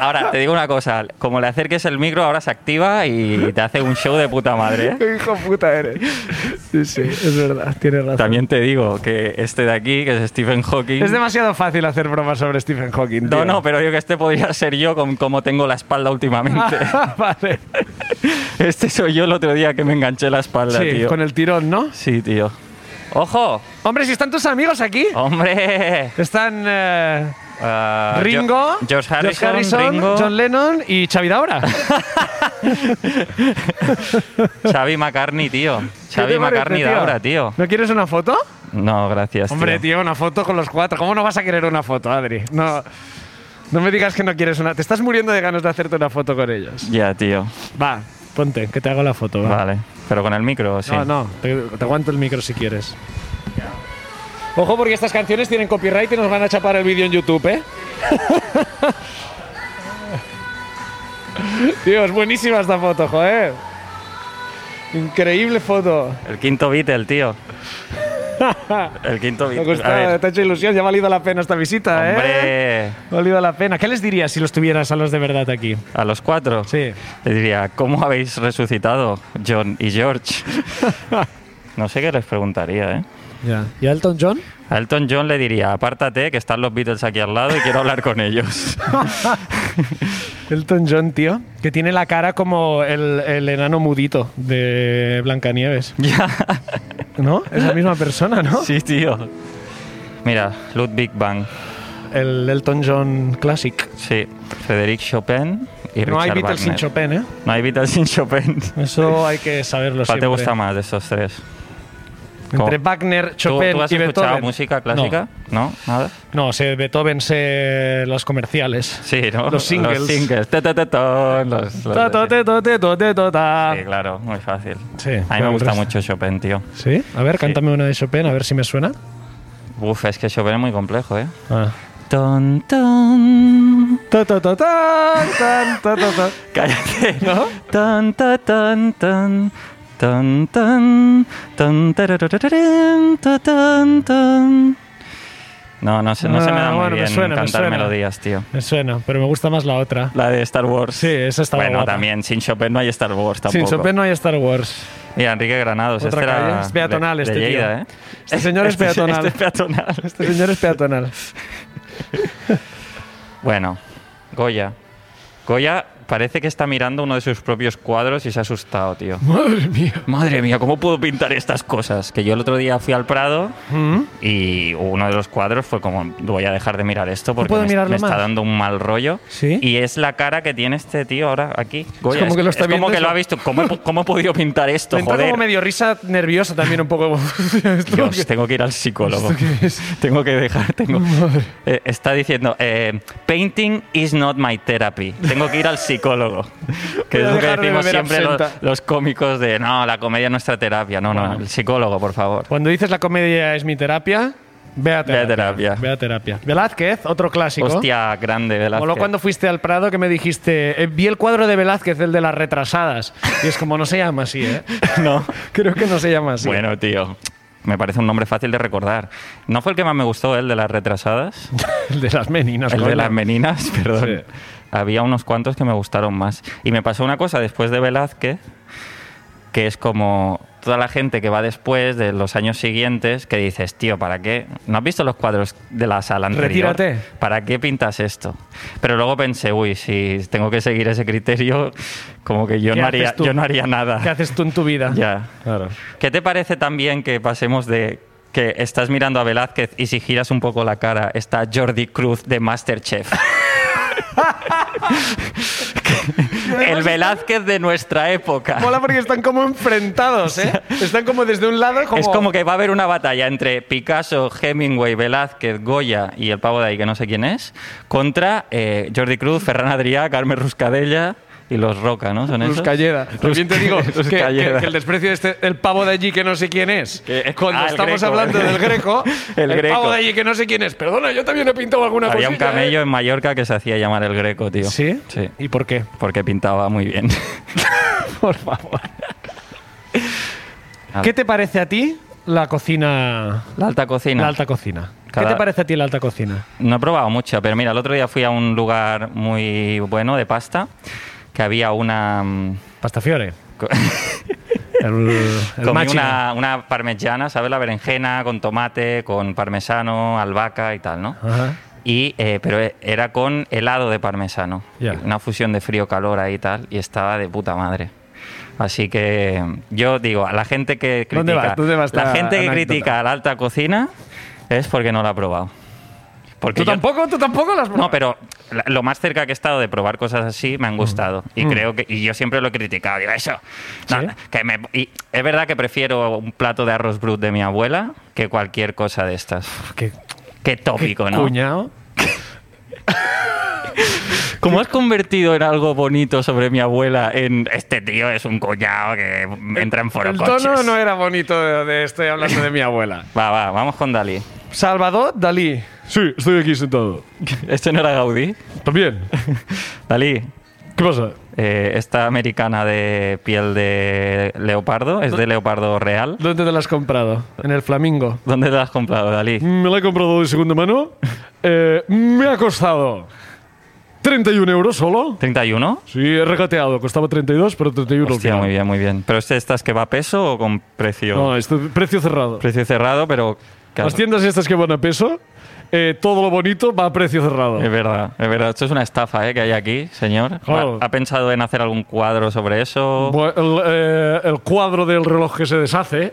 Speaker 1: Ahora, te digo una cosa. Como le acerques el micro, ahora se activa y te hace un show de puta madre. ¿eh?
Speaker 2: ¿Qué hijo puta eres? Sí, sí, es verdad, tienes razón.
Speaker 1: También te digo que este de aquí, que es Stephen Hawking...
Speaker 2: Es demasiado fácil hacer bromas sobre Stephen Hawking.
Speaker 1: No,
Speaker 2: tío.
Speaker 1: no, pero yo que este podría ser yo con cómo tengo la espalda últimamente.
Speaker 2: vale.
Speaker 1: Este soy yo el otro día que me enganché la espalda,
Speaker 2: Sí,
Speaker 1: tío.
Speaker 2: con el tirón, ¿no?
Speaker 1: Sí, tío. ¡Ojo!
Speaker 2: Hombre, si están tus amigos aquí.
Speaker 1: ¡Hombre!
Speaker 2: Están eh,
Speaker 1: Ah,
Speaker 2: Ringo,
Speaker 1: Jo- George Harrison, Ringo,
Speaker 2: John Lennon y Xavi Daura.
Speaker 1: Xavi McCartney, tío.
Speaker 2: ¿Qué
Speaker 1: Xavi
Speaker 2: te parece,
Speaker 1: McCartney de ahora, tío.
Speaker 2: este, ¿No quieres una foto?
Speaker 1: No, gracias.
Speaker 2: Hombre, tío, una foto con los cuatro. ¿Cómo no vas a querer una foto, Adri? No, no me digas que no quieres una. Te estás muriendo de ganas de hacerte una foto con ellos.
Speaker 1: Ya, tío.
Speaker 2: Va, ponte, que te hago la foto. va.
Speaker 1: Vale. Pero con el micro, sí.
Speaker 2: No, no, te, te aguanto el micro si quieres. Ojo, porque estas canciones tienen copyright y nos van a chapar el vídeo en YouTube, ¿eh? Tío, es buenísima esta foto, joder. Increíble foto.
Speaker 1: El quinto Beatle, tío. El quinto
Speaker 2: Me
Speaker 1: Beatle. A
Speaker 2: gusta,
Speaker 1: ver,
Speaker 2: te ha hecho ilusión, ya ha valido la pena esta visita, ¿eh?
Speaker 1: Hombre,
Speaker 2: Ha valido la pena. ¿Qué les dirías si los tuvieras a los de verdad aquí?
Speaker 1: a los cuatro.
Speaker 2: Sí.
Speaker 1: Les diría, ¿cómo habéis resucitado, John y George? No sé qué les preguntaría, ¿eh?
Speaker 2: Ya. ¿Y Elton John?
Speaker 1: A Elton John le diría, apártate, que están los Beatles aquí al lado y quiero hablar con ellos.
Speaker 2: Elton John, tío, que tiene la cara como el, el enano mudito de Blancanieves.
Speaker 1: ya.
Speaker 2: ¿No? Es la misma persona, ¿no?
Speaker 1: Sí, tío. Mira, Ludwig Bang,
Speaker 2: El Elton John Classic.
Speaker 1: sí. Frederic Chopin y
Speaker 2: No hay
Speaker 1: Richard
Speaker 2: Beatles sin
Speaker 1: Wagner.
Speaker 2: Chopin, ¿eh?
Speaker 1: No hay Beatles sin Chopin.
Speaker 2: Eso hay que saberlo
Speaker 1: ¿Cuál
Speaker 2: siempre.
Speaker 1: te gusta más de esos tres?
Speaker 2: Entre Wagner,
Speaker 1: ¿Tú,
Speaker 2: Chopin
Speaker 1: tú has
Speaker 2: y
Speaker 1: escuchado
Speaker 2: Beethoven.
Speaker 1: música clásica? ¿No? ¿Nada?
Speaker 2: No, no sé, Beethoven sé los comerciales.
Speaker 1: Sí, ¿no?
Speaker 2: Los singles.
Speaker 1: Los singles. Te, te, te, ton, los- los-
Speaker 2: Ta, ta, te, ta, te, ta, te, ta, ta.
Speaker 1: Sí, claro, muy fácil.
Speaker 2: Sí,
Speaker 1: a mí
Speaker 2: pero
Speaker 1: me
Speaker 2: el
Speaker 1: gusta
Speaker 2: resto-
Speaker 1: mucho Chopin, tío.
Speaker 2: ¿Sí? A ver, cántame una de Chopin, a ver si me suena.
Speaker 1: Uf, es que Chopin es muy complejo, ¿eh?
Speaker 2: Ah.
Speaker 1: Ton, ton.
Speaker 2: Ta, ta, ta, ta, ta, ta, ta, ta.
Speaker 1: Cállate.
Speaker 2: ¿No?
Speaker 1: Tan, ta, tan, tan. Tan, tan. Tan, tararararán, ta, tan, tan. No, no, se, no se me
Speaker 2: Ah,
Speaker 1: da muy
Speaker 2: bueno, me
Speaker 1: bien
Speaker 2: suena, me
Speaker 1: cantar
Speaker 2: suena.
Speaker 1: melodías, tío.
Speaker 2: Me suena, pero me gusta más la otra.
Speaker 1: La de Star Wars.
Speaker 2: Sí, esa estaba
Speaker 1: Bueno,
Speaker 2: guapa.
Speaker 1: también, sin Chopin no hay Star Wars
Speaker 2: Sin
Speaker 1: tampoco.
Speaker 2: Chopin no hay Star Wars.
Speaker 1: Mira, Enrique Granados,
Speaker 2: Otra
Speaker 1: este era
Speaker 2: calle. Es peatonal
Speaker 1: de- de
Speaker 2: este tío.
Speaker 1: Lleida, ¿eh?
Speaker 2: Este señor es peatonal.
Speaker 1: Este es peatonal.
Speaker 2: Este señor es peatonal.
Speaker 1: Bueno, Goya. Goya parece que está mirando uno de sus propios cuadros y se ha asustado, tío.
Speaker 4: Madre mía.
Speaker 1: Madre mía, ¿cómo puedo pintar estas cosas? Que yo el otro día fui al Prado
Speaker 2: Mm.
Speaker 1: y uno de los cuadros fue como, voy a dejar de mirar esto porque
Speaker 2: puedo
Speaker 1: me,
Speaker 2: mirarlo
Speaker 1: me está
Speaker 2: más.
Speaker 1: dando un mal rollo.
Speaker 2: ¿Sí?
Speaker 1: Y es la cara que tiene este tío ahora aquí. Goya,
Speaker 2: como que lo está
Speaker 1: es como
Speaker 2: viendo
Speaker 1: que
Speaker 2: y
Speaker 1: lo
Speaker 2: se-
Speaker 1: ha visto. ¿Cómo, he- cómo he podido pintar esto?
Speaker 2: Me entra
Speaker 1: Joder.
Speaker 2: como medio risa nerviosa también un poco. Esto
Speaker 1: Dios,
Speaker 2: que-
Speaker 1: tengo que ir al psicólogo.
Speaker 2: ¿Esto qué es?
Speaker 1: Tengo que dejar. Tengo, Eh, está diciendo, eh, painting is not my therapy. Tengo que ir al psicólogo. Que
Speaker 2: Voy
Speaker 1: es
Speaker 2: a
Speaker 1: lo que
Speaker 2: dejar de
Speaker 1: decimos
Speaker 2: beber
Speaker 1: siempre lo- los,
Speaker 2: absenta.
Speaker 1: cómicos de no, la comedia no es nuestra terapia. No, no, el psicólogo, por favor.
Speaker 2: Cuando dices la comedia es mi terapia, ve a
Speaker 1: Ve
Speaker 2: terapia.
Speaker 1: a terapia.
Speaker 2: Ve a terapia. Velázquez, otro clásico.
Speaker 1: Hostia, grande, Velázquez.
Speaker 2: Moló cuando fuiste al Prado que me dijiste, "Eh, vi el cuadro de Velázquez, el de las retrasadas. Y es como, no se llama así, ¿eh?
Speaker 1: No.
Speaker 2: Creo que no se llama así.
Speaker 1: Bueno, tío. Me parece un nombre fácil de recordar. ¿No fue el que más me gustó, el de las retrasadas?
Speaker 2: El de las meninas.
Speaker 1: El de
Speaker 2: coño.
Speaker 1: las meninas, perdón.
Speaker 2: Sí.
Speaker 1: Había unos cuantos que me gustaron más. Y me pasó una cosa después de Velázquez, que es como toda la gente que va después, de los años siguientes, que dices, tío, ¿para qué? ¿No has visto los cuadros de la sala anterior?
Speaker 2: Retírate.
Speaker 1: ¿Para qué pintas esto? Pero luego pensé, uy, si tengo que seguir ese criterio, como que yo,
Speaker 2: ¿Qué
Speaker 1: no
Speaker 2: haces
Speaker 1: haría,
Speaker 2: tú?
Speaker 1: yo no haría nada.
Speaker 2: ¿Qué haces tú en tu vida?
Speaker 1: Ya.
Speaker 2: Claro.
Speaker 1: ¿Qué te parece también que pasemos de que estás mirando a Velázquez y si giras un poco la cara está Jordi Cruz de Masterchef? El Velázquez de nuestra época.
Speaker 2: Mola porque están como enfrentados, ¿eh? Están como desde un lado como...
Speaker 1: Es como que va a haber una batalla entre Picasso, Hemingway, Velázquez, Goya y el pavo de ahí que no sé quién es, contra eh, Jordi Cruz, Ferran Adrià, Carmen Ruscadella y los Roca, ¿no? Son esos.
Speaker 2: Ruscalleda. También te digo que,
Speaker 1: Ruscalleda.
Speaker 2: que- que el desprecio de este, el pavo de allí que no sé quién es.
Speaker 1: Que-
Speaker 2: Cuando
Speaker 1: ah, el
Speaker 2: estamos
Speaker 1: Greco,
Speaker 2: hablando
Speaker 1: el-
Speaker 2: del greco,
Speaker 1: el
Speaker 2: el,
Speaker 1: Greco.
Speaker 2: pavo de allí que no sé quién es. Perdona, yo también he pintado alguna
Speaker 1: Había un
Speaker 2: cosilla, ¿eh?
Speaker 1: camello en Mallorca que se hacía llamar el Greco, tío.
Speaker 2: ¿Sí?
Speaker 1: Sí.
Speaker 2: ¿Y por qué?
Speaker 1: Porque pintaba muy bien.
Speaker 2: Por favor.
Speaker 1: A
Speaker 2: ¿Qué
Speaker 1: ver.
Speaker 2: te parece a ti la cocina?
Speaker 1: La alta cocina.
Speaker 2: La alta cocina.
Speaker 1: Cada-
Speaker 2: ¿Qué te parece a ti la alta cocina?
Speaker 1: No he probado mucho, pero mira, el otro día fui a un lugar muy bueno de pasta, que había una... mm,
Speaker 2: Pastafiore.
Speaker 1: co-
Speaker 2: El, el
Speaker 1: comí
Speaker 2: máximo.
Speaker 1: una, una parmesana, ¿sabes? La berenjena con tomate, con parmesano, albahaca y tal, ¿no?
Speaker 2: Ajá.
Speaker 1: Y, eh, pero e- era con helado de parmesano.
Speaker 2: Ya.
Speaker 1: Una fusión de frío-calor ahí y tal, y estaba de puta madre. Así que mm, yo digo, a la gente que critica,
Speaker 2: ¿Dónde vas? ¿Dónde va esta
Speaker 1: la gente que
Speaker 2: anécdota?
Speaker 1: critica a la alta cocina es porque no la ha probado. Porque
Speaker 2: ¿Tú
Speaker 1: yo-
Speaker 2: tampoco? ¿Tú tampoco las
Speaker 1: No, pero la- lo más cerca que he estado de probar cosas así me han gustado. Y creo que. Y yo siempre lo he criticado. Digo, eso. no,
Speaker 2: ¿Sí?
Speaker 1: que me- y es verdad que prefiero un plato de arroz brut de mi abuela que cualquier cosa de estas.
Speaker 2: ¿Qué,
Speaker 1: Qué tópico, ¿no?
Speaker 2: cuñado?
Speaker 1: ¿Cómo has convertido en algo bonito sobre mi abuela en este tío es un cuñado que entra en
Speaker 2: El
Speaker 1: forocoches?
Speaker 2: tono no era bonito de, de
Speaker 3: este,
Speaker 2: estoy hablando de mi abuela.
Speaker 1: Va, va, vamos con Dalí.
Speaker 2: Salvador Dalí.
Speaker 3: Sí, estoy aquí sentado.
Speaker 1: ¿Este no era Gaudí?
Speaker 3: También.
Speaker 1: Dalí,
Speaker 3: ¿Qué pasa?
Speaker 1: eh, esta americana de piel de leopardo, ¿es de leopardo real?
Speaker 2: ¿Dónde te la has comprado? En el Flamingo.
Speaker 1: ¿Dónde la has comprado, Dalí?
Speaker 3: Me la he comprado de segunda mano. Eh, me ha costado 31 euros solo.
Speaker 1: ¿31?
Speaker 3: Sí, he regateado. Costaba 32, pero 31 al
Speaker 1: Hostia,
Speaker 3: final.
Speaker 1: muy bien, muy bien. ¿Pero este estás que va a peso o con precio?
Speaker 3: No, eh. esto, precio cerrado.
Speaker 1: precio cerrado, pero... claro,
Speaker 3: Las tiendas estas que van a peso, eh, todo lo bonito va a precio cerrado.
Speaker 1: Es verdad, es verdad. Esto es una estafa ¿eh? que hay aquí, señor.
Speaker 3: Claro.
Speaker 1: ¿Ha, ha pensado en hacer algún cuadro sobre eso?
Speaker 3: Bu- El, eh, el cuadro del reloj que se deshace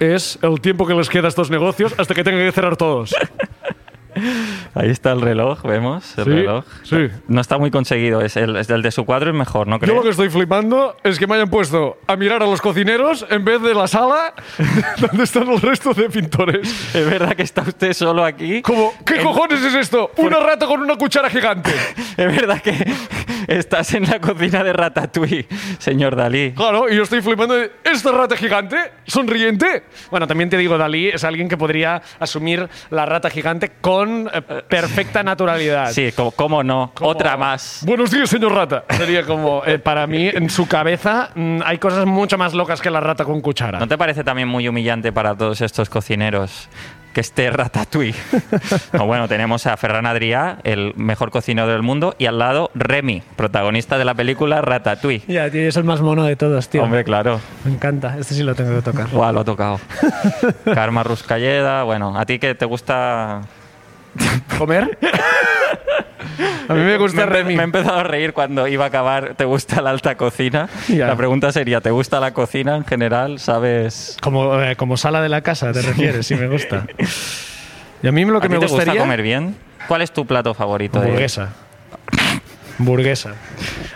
Speaker 3: es el tiempo que les queda a estos negocios hasta que tengan que cerrar todos.
Speaker 1: Ahí está el reloj, vemos el
Speaker 3: Sí,
Speaker 1: reloj.
Speaker 3: sí.
Speaker 1: No está muy conseguido, es el, es el de su cuadro es mejor, ¿no
Speaker 3: Yo
Speaker 1: creo?
Speaker 3: lo que estoy flipando es que me hayan puesto a mirar a los cocineros en vez de la sala donde están el resto de pintores.
Speaker 1: Es verdad que está usted solo aquí.
Speaker 3: Como, ¿qué cojones es esto? Una rata con una cuchara gigante.
Speaker 1: Es verdad que estás en la cocina de Ratatouille, señor Dalí.
Speaker 3: Claro, y yo estoy flipando. de, ¿Esta rata gigante? ¿Sonriente?
Speaker 2: Bueno, también te digo, Dalí es alguien que podría asumir la rata gigante con eh, perfecta naturalidad.
Speaker 1: Sí, co- cómo, no? Otra más.
Speaker 3: Buenos días, señor rata.
Speaker 2: Sería como, eh, para mí, en su cabeza mm, hay cosas mucho más locas que la rata con cuchara.
Speaker 1: ¿No te parece también muy humillante para todos estos cocineros que esté Ratatouille? No, bueno, tenemos a Ferran Adrià, el mejor cocinero del mundo, y al lado Remy, protagonista de la película Ratatouille.
Speaker 2: Ya, tío, es el más mono de todos, tío.
Speaker 1: Hombre, claro.
Speaker 2: Me encanta. Este sí lo tengo que tocar.
Speaker 1: Guau, lo ha tocado. Karma Ruscalleda, bueno, a ti que te gusta.
Speaker 2: ¿Comer? A mí me gusta
Speaker 1: me, he empe-
Speaker 2: Remy.
Speaker 1: me he empezado a reír cuando iba a acabar. ¿Te gusta la alta cocina?
Speaker 2: Ya.
Speaker 1: La pregunta sería: ¿te gusta la cocina en general? ¿Sabes?
Speaker 2: Como, eh, como sala de la casa, te refieres, sí me gusta. Y a mí lo que
Speaker 1: ¿A ti
Speaker 2: me
Speaker 1: te
Speaker 2: gustaría...
Speaker 1: gusta comer bien? ¿Cuál es tu plato favorito? de-
Speaker 2: Hamburguesa. Hamburguesa.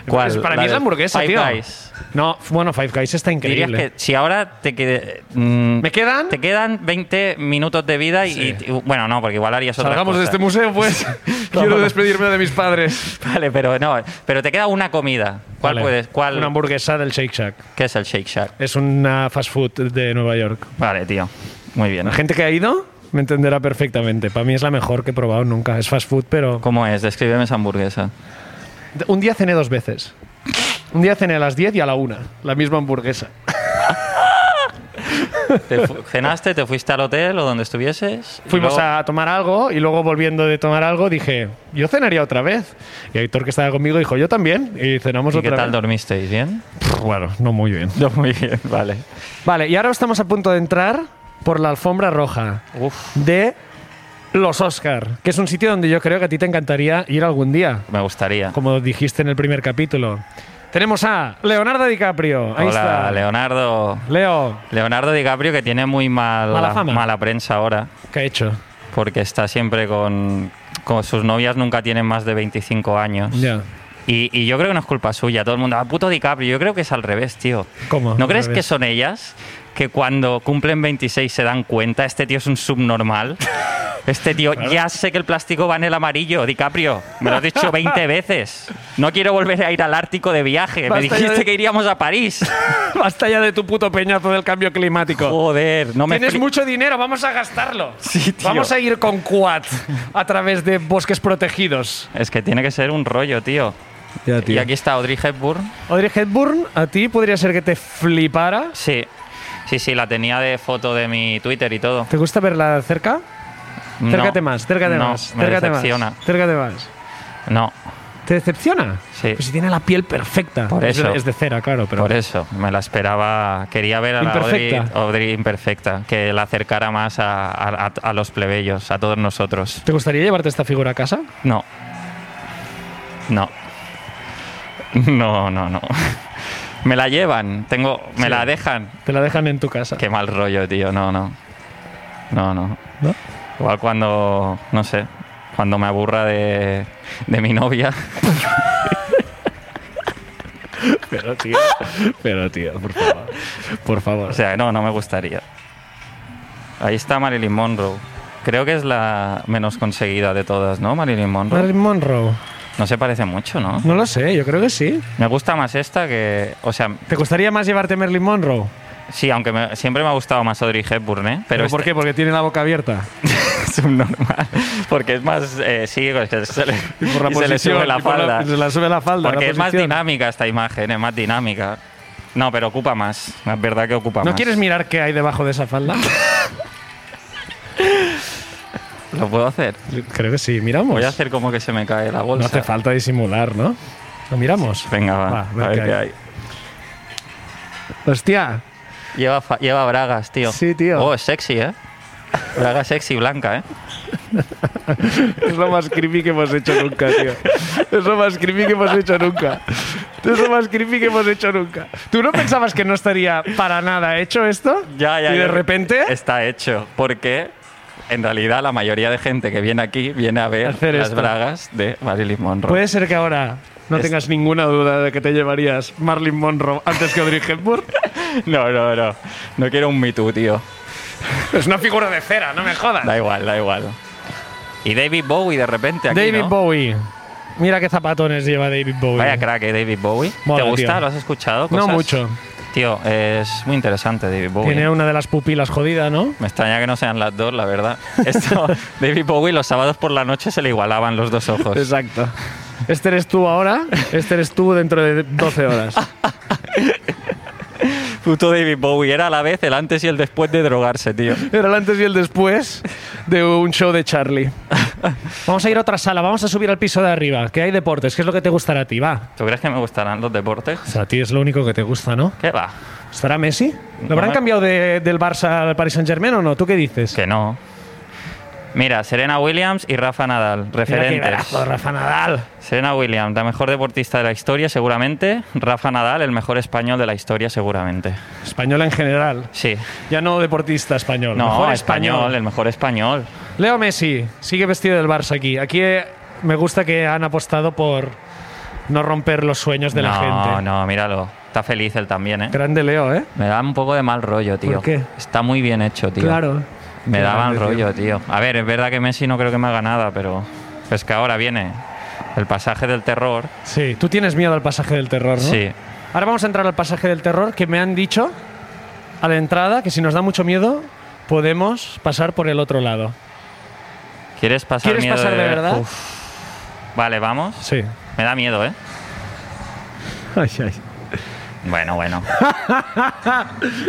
Speaker 1: ¿Cuál?
Speaker 2: Pues para
Speaker 1: La
Speaker 2: mí es
Speaker 1: de
Speaker 2: la hamburguesa,
Speaker 1: Five
Speaker 2: tío.
Speaker 1: Guys.
Speaker 2: No, f- bueno, Five Guys está
Speaker 1: Dirías
Speaker 2: increíble.
Speaker 1: que si ahora te, quede- mm,
Speaker 2: ¿Me quedan?
Speaker 1: te quedan 20 minutos de vida y, y- bueno, no, porque igual harías otra
Speaker 2: este
Speaker 3: Salgamos de este museo, pues.
Speaker 2: Quiero despedirme de mis padres.
Speaker 1: Vale, pero no, pero te queda una comida. ¿Cuál
Speaker 3: Vale.
Speaker 1: puedes? ¿Cuál?
Speaker 2: Una hamburguesa del Shake Shack.
Speaker 1: ¿Qué es el Shake Shack?
Speaker 2: Es una fast food de Nueva York.
Speaker 1: Vale, tío. Muy bien.
Speaker 2: La gente que ha ido me entenderá perfectamente. Para mí es la mejor que he probado nunca. Es fast food, pero...
Speaker 1: ¿Cómo es? Descríbeme esa hamburguesa.
Speaker 2: Un día cené dos veces. Un día cené a las 10 y a la 1. La misma hamburguesa.
Speaker 1: ¿Te fu- ¿Cenaste? ¿Te fuiste al hotel o donde estuvieses? Y
Speaker 2: Fuimos
Speaker 1: luego-
Speaker 2: a tomar algo y luego volviendo de tomar algo dije, yo cenaría otra vez. Y Aitor que estaba conmigo dijo, yo también. Y cenamos
Speaker 1: ¿Y qué
Speaker 2: otra
Speaker 1: tal
Speaker 2: vez.
Speaker 1: dormisteis? ¿Bien?
Speaker 2: Pff, bueno, no muy bien.
Speaker 1: No, muy bien, vale.
Speaker 2: Vale, y ahora estamos a punto de entrar por la alfombra roja
Speaker 1: Uf.
Speaker 2: de los Oscar, que es un sitio donde yo creo que a ti te encantaría ir algún día,
Speaker 1: Me gustaría.
Speaker 2: como dijiste en el primer capítulo. Tenemos a Leonardo DiCaprio. Ahí
Speaker 1: Hola,
Speaker 2: está.
Speaker 1: Leonardo.
Speaker 2: Leo,
Speaker 1: Leonardo DiCaprio que tiene muy mal,
Speaker 2: Mala fama.
Speaker 1: prensa ahora,
Speaker 2: ¿qué ha hecho?
Speaker 1: porque está siempre con, con sus novias, nunca tienen más de 25 años.
Speaker 2: Ya.
Speaker 1: Y, y yo creo que no es culpa suya, todo el mundo, ah, puto DiCaprio, yo creo que es al revés, tío.
Speaker 2: ¿Cómo?
Speaker 1: ¿No
Speaker 2: Al
Speaker 1: crees
Speaker 2: revés.
Speaker 1: que son ellas que cuando cumplen 26 se dan cuenta, este tío es un subnormal? Este tío, ya sé que el plástico va en el amarillo, DiCaprio. Me lo has dicho 20 veces. No quiero volver a ir al Ártico de viaje.
Speaker 2: Basta
Speaker 1: Me
Speaker 2: ya
Speaker 1: dijiste
Speaker 2: de-
Speaker 1: que iríamos a París.
Speaker 2: Basta ya de tu puto peñazo del cambio climático.
Speaker 1: Joder, no me
Speaker 2: Tienes
Speaker 1: expli-
Speaker 2: mucho dinero, vamos a gastarlo.
Speaker 1: Sí, tío.
Speaker 2: Vamos a ir con quad a través de bosques protegidos.
Speaker 1: Es que tiene que ser un rollo, tío. Y aquí está Audrey Hepburn.
Speaker 2: Audrey Hepburn, a ti podría ser que te flipara.
Speaker 1: Sí. Sí, sí, la tenía de foto de mi Twitter y todo.
Speaker 2: ¿Te gusta verla de cerca?
Speaker 1: No.
Speaker 2: Cércate más, cércate
Speaker 1: No,
Speaker 2: más.
Speaker 1: me
Speaker 2: cércate
Speaker 1: decepciona.
Speaker 2: más. Cércate más.
Speaker 1: No,
Speaker 2: ¿Te decepciona?
Speaker 1: Sí.
Speaker 2: Pues si tiene la piel perfecta.
Speaker 1: Por
Speaker 2: Es de-
Speaker 1: eso.
Speaker 2: Es de cera, claro, pero.
Speaker 1: por e- eso. Me la esperaba. Quería ver a la Audrey,
Speaker 2: Imperfecta.
Speaker 1: Audrey imperfecta, que la acercara más a, a- a- a los plebeyos, a todos nosotros.
Speaker 2: ¿Te gustaría llevarte esta figura a casa?
Speaker 1: No. No. No, no, no. Me la llevan, tengo, me la dejan.
Speaker 2: Te la dejan en tu casa.
Speaker 1: Qué mal rollo, tío. No, no. No, no.
Speaker 2: ¿No?
Speaker 1: Igual cuando, no sé, cuando me aburra de, de mi novia.
Speaker 2: Pero tío, pero tío, por favor. Por favor.
Speaker 1: O sea, no, no me gustaría. Ahí está Marilyn Monroe. Creo que es la menos conseguida de todas, ¿no? Marilyn Monroe.
Speaker 2: Marilyn Monroe.
Speaker 1: No se parece mucho, ¿no?
Speaker 2: No lo sé, yo creo que sí.
Speaker 1: Me gusta más esta que... O sea,
Speaker 2: ¿Te gustaría más llevarte a Marilyn Monroe?
Speaker 1: sí, aunque me- siempre me ha gustado más Audrey Hepburn, ¿eh?
Speaker 2: ¿Pero por
Speaker 1: esta-
Speaker 2: qué? Porque tiene la boca abierta.
Speaker 1: subnormal. Porque es más... eh, sí, porque se le, y se le
Speaker 2: posición,
Speaker 1: sube la
Speaker 2: y por
Speaker 1: falda.
Speaker 2: se la sube la falda.
Speaker 1: Porque
Speaker 2: la
Speaker 1: es más
Speaker 2: posición.
Speaker 1: dinámica esta imagen, es más dinámica. No, pero ocupa más. Es verdad que ocupa más.
Speaker 2: ¿No quieres mirar qué hay debajo de esa falda?
Speaker 1: Lo puedo hacer.
Speaker 2: Creo que sí, miramos.
Speaker 1: Voy a hacer como que se me cae la bolsa.
Speaker 2: Pues No hace falta disimular, ¿no? Lo miramos.
Speaker 1: Venga, va.
Speaker 2: Va,
Speaker 1: a ver, qué hay.
Speaker 2: Hostia,
Speaker 1: Lleva, fa- lleva bragas, tío.
Speaker 2: Sí, tío.
Speaker 1: Oh, es sexy, ¿eh? Braga sexy blanca, ¿eh?
Speaker 2: es lo más creepy que hemos hecho nunca, tío. Es lo más creepy que hemos hecho nunca. Es lo más creepy que hemos hecho nunca. ¿Tú no pensabas que no estaría para nada hecho esto?
Speaker 1: Ya, ya.
Speaker 2: Y de
Speaker 1: ya.
Speaker 2: repente...
Speaker 1: Está hecho. Porque en realidad la mayoría de gente que viene aquí viene a ver
Speaker 2: Hacer
Speaker 1: las
Speaker 2: esto.
Speaker 1: bragas de Marilyn Monroe.
Speaker 2: Puede ser que ahora no
Speaker 1: Es-
Speaker 2: tengas ninguna duda de que te llevarías Marilyn Monroe antes que Audrey Hepburn. Pues-
Speaker 1: No, no, no. No quiero un Me Too, tío.
Speaker 2: es una figura de cera, no me jodas.
Speaker 1: Da igual, da igual. Y David Bowie de repente aquí,
Speaker 2: David
Speaker 1: ¿no?
Speaker 2: Bowie. Mira qué zapatones lleva David Bowie.
Speaker 1: Vaya crack, ¿eh? David Bowie.
Speaker 2: Mola,
Speaker 1: ¿Te gusta?
Speaker 2: tío.
Speaker 1: ¿Lo has escuchado?
Speaker 2: No
Speaker 1: ¿Cosas?
Speaker 2: mucho.
Speaker 1: Tío, es muy interesante David Bowie.
Speaker 2: Tiene una de las pupilas jodida, ¿no?
Speaker 1: Me extraña que no sean las dos, la verdad. Esto, David Bowie los sábados por la noche se le igualaban los dos ojos.
Speaker 2: Exacto. Este eres tú ahora, este eres tú dentro de 12 horas.
Speaker 1: Puto David Bowie era a la vez el antes y el después de drogarse, tío.
Speaker 2: Era el antes y el después de un show de Charlie. Vamos a ir a otra sala, vamos a subir al piso de arriba, que hay deportes, que es lo que te gustará a ti, va.
Speaker 1: ¿Tú crees que me gustarán los deportes?
Speaker 2: O sea, a ti es lo único que te gusta, ¿no?
Speaker 1: ¿Qué va?
Speaker 2: ¿Estará Messi? ¿Lo habrán
Speaker 1: me-
Speaker 2: cambiado de- del Barça al Paris Saint Germain o no? ¿Tú qué dices?
Speaker 1: Que no. Mira, Serena Williams y Rafa Nadal,
Speaker 2: Mira qué
Speaker 1: referentes.
Speaker 2: brazo, Rafa Nadal.
Speaker 1: Serena Williams, la mejor deportista de la historia, seguramente. Rafa Nadal, el mejor español de la historia, seguramente.
Speaker 2: Española en general.
Speaker 1: Sí.
Speaker 2: Ya no deportista español.
Speaker 1: No,
Speaker 2: mejor
Speaker 1: español,
Speaker 2: español.
Speaker 1: el mejor español.
Speaker 2: Leo Messi sigue vestido del Barça aquí. Aquí eh, me gusta que han apostado por no romper los sueños de
Speaker 1: no,
Speaker 2: la gente.
Speaker 1: no, míralo. Está feliz él también, ¿eh?
Speaker 2: Grande Leo, ¿eh?
Speaker 1: Me da un poco de mal rollo, tío.
Speaker 2: ¿Por qué?
Speaker 1: Está muy bien hecho, tío.
Speaker 2: Claro.
Speaker 1: Me
Speaker 2: Qué
Speaker 1: da mal
Speaker 2: grande, tío.
Speaker 1: rollo, tío. A ver, es verdad que Messi no creo que me haga nada, pero Es que ahora viene el pasaje del terror.
Speaker 2: Sí, tú tienes miedo al pasaje del terror, ¿no?
Speaker 1: Sí.
Speaker 2: Ahora vamos a entrar al pasaje del terror que me han dicho a la entrada que si nos da mucho miedo podemos pasar por el otro lado.
Speaker 1: ¿Quieres pasar
Speaker 2: ¿Quieres
Speaker 1: miedo
Speaker 2: pasar de verdad?
Speaker 1: Uf. Vale, vamos.
Speaker 2: Sí.
Speaker 1: Me da miedo, ¿eh?
Speaker 2: Ay, ay.
Speaker 1: Bueno, bueno.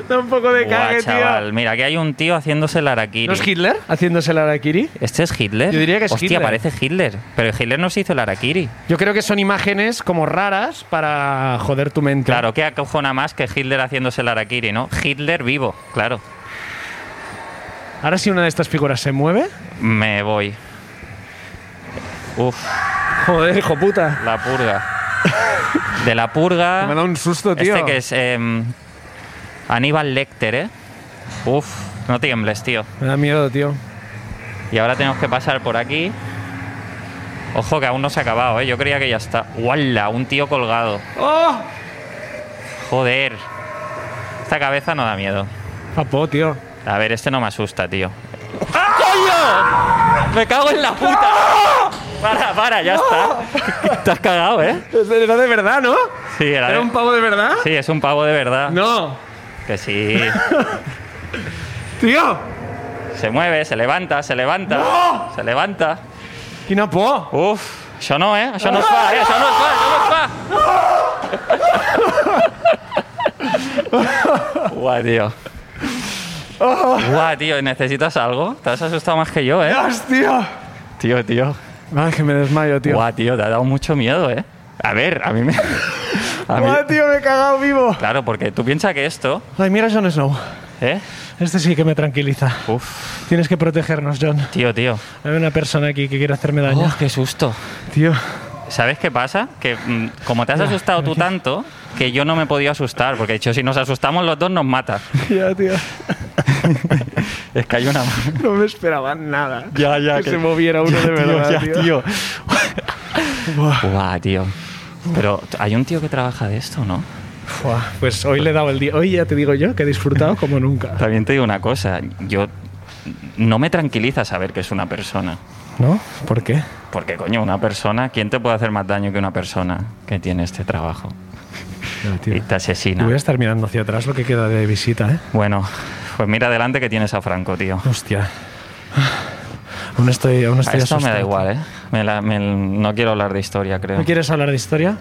Speaker 2: Da un poco de
Speaker 1: Guau,
Speaker 2: cague, tío.
Speaker 1: chaval. Mira, aquí hay un tío haciéndose el harakiri.
Speaker 2: ¿No es Hitler haciéndose el harakiri?
Speaker 1: ¿Este es Hitler?
Speaker 2: Yo diría que es
Speaker 1: Hostia,
Speaker 2: Hitler.
Speaker 1: parece Hitler. Pero Hitler no se hizo el harakiri.
Speaker 2: Yo creo que son imágenes como raras para joder tu mente.
Speaker 1: Claro, ¿qué acojona más que Hitler haciéndose el harakiri, no? Hitler vivo, claro.
Speaker 2: Ahora si una de estas figuras se mueve.
Speaker 1: Me voy. Uf,
Speaker 2: Joder, hijo puta.
Speaker 1: la purga. De la purga.
Speaker 2: Me da un susto, tío.
Speaker 1: Este que es em, Aníbal Lecter, ¿eh? Uf, no tiembles, tío.
Speaker 2: Me da miedo, tío.
Speaker 1: Y ahora tenemos que pasar por aquí. Ojo que aún no se ha acabado, ¿eh? Yo creía que ya está. ¡Wala! Un tío colgado.
Speaker 2: ¡Oh!
Speaker 1: Joder. Esta cabeza no da miedo.
Speaker 2: Papó, tío.
Speaker 1: A ver, este no me asusta, tío. ¡Ah! ¡Coño! ¡Me cago en la puta! Para, para, ya está. ¡Ah! Te has cagado, ¿eh?
Speaker 2: Era de verdad, ¿no?
Speaker 1: Sí, era,
Speaker 2: ¿Era
Speaker 1: de-
Speaker 2: un pavo de verdad?
Speaker 1: Sí, es un pavo de verdad.
Speaker 2: No.
Speaker 1: Que sí.
Speaker 2: Tío.
Speaker 1: Se mueve, se levanta, se levanta.
Speaker 2: No.
Speaker 1: Se levanta.
Speaker 2: Quina por.
Speaker 1: Uf, això no, eh? Això no es fa, eh? Això no es fa, això no es fa! Guau, tío. Guau, tío, ¿necesitas algo? Te has asustado más que yo, ¿eh?
Speaker 2: ¡Hostia!
Speaker 1: Tío, tío.
Speaker 2: Ay, que me desmayo, tío.
Speaker 1: Guau, tío, te ha dado mucho miedo, ¿eh? A ver, a mí me... A mí...
Speaker 2: Guau, tío, me he cagado vivo.
Speaker 1: Claro, porque tú piensas que esto,
Speaker 2: Ay, mira Jon Snow.
Speaker 1: ¿eh?
Speaker 2: Este sí que me tranquiliza.
Speaker 1: Uf,
Speaker 2: Tienes que protegernos, Jon.
Speaker 1: tío, tío.
Speaker 2: Hay una persona aquí que quiere hacerme daño.
Speaker 1: Oh, qué susto.
Speaker 2: Tío.
Speaker 1: ¿Sabes qué pasa? Que mm, como te has asustado tú tanto, que yo no me podía asustar, porque he dicho, si nos asustamos los dos nos mata.
Speaker 2: Ya, tío.
Speaker 1: Es que hay una...
Speaker 2: No me esperaba nada.
Speaker 1: Ya, ya,
Speaker 2: Que,
Speaker 1: que-
Speaker 2: se moviera uno de verdad, tío.
Speaker 1: Buah, tío. Pero hay un tío que trabaja de esto, ¿no?
Speaker 2: Fua, pues hoy le he dado el día. Hoy ya te digo yo que he disfrutado como nunca.
Speaker 1: También te digo una cosa, yo no me tranquiliza saber que es una persona.
Speaker 2: ¿No? ¿Por qué?
Speaker 1: Porque, coño, una persona, ¿quién te puede hacer más daño que una persona que tiene este trabajo? Y te asesina.
Speaker 2: Voy a estar mirando hacia atrás lo que queda de visita, ¿eh?
Speaker 1: Bueno, pues mira adelante que tienes a Franco, tío.
Speaker 2: Hostia. Aún estoy, aún
Speaker 1: A
Speaker 2: estoy
Speaker 1: esto me da
Speaker 2: asustado.
Speaker 1: igual, ¿eh? Me la- me- no quiero hablar de historia, creo.
Speaker 2: ¿No quieres hablar de historia?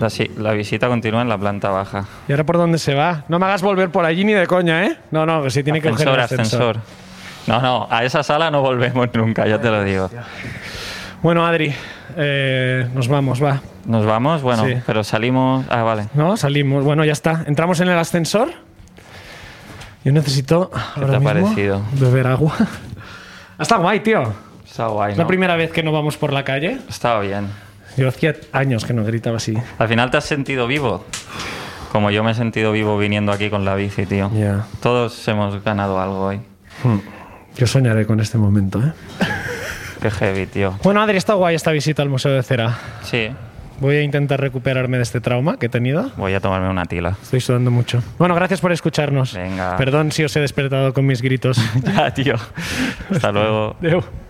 Speaker 1: La, sí, la visita continúa en la planta baja.
Speaker 2: ¿Y ahora por dónde se va? No me hagas volver por allí ni de coña, ¿eh? No, no, que sí tiene que coger
Speaker 1: ascensor,
Speaker 2: el ascensor.
Speaker 1: ascensor. No, no, a esa sala no volvemos nunca, ya te lo digo.
Speaker 2: Bueno, Adri, eh, nos vamos, va.
Speaker 1: Nos vamos, bueno,
Speaker 2: Sí.
Speaker 1: pero salimos. Ah, vale.
Speaker 2: ¿No? Salimos. Bueno, ya está. Entramos en el ascensor. Yo necesito ahora
Speaker 1: te ha
Speaker 2: mismo
Speaker 1: parecido?
Speaker 2: beber agua. Está guay, tío. Es
Speaker 1: Está guay.
Speaker 2: la
Speaker 1: ¿no?
Speaker 2: primera vez que no vamos por la calle.
Speaker 1: Estaba bien.
Speaker 2: Yo hacía años que no gritaba así.
Speaker 1: Al final te has sentido vivo. Como yo me he sentido vivo viniendo aquí con la bici, tío.
Speaker 2: Ya.
Speaker 1: Todos hemos ganado algo hoy.
Speaker 2: Yo soñaré con este momento, ¿eh?
Speaker 1: Qué heavy, tío.
Speaker 2: Bueno, Adri, está guay esta visita al Museo de Cera.
Speaker 1: Sí,
Speaker 2: Voy a intentar recuperarme de este trauma que he tenido.
Speaker 1: voy a tomarme una tila.
Speaker 2: Estoy sudando mucho. Bueno, gracias por escucharnos.
Speaker 1: Venga.
Speaker 2: Perdón si os he despertado con mis gritos.
Speaker 1: ya, tío. Hasta luego.
Speaker 2: Adeu.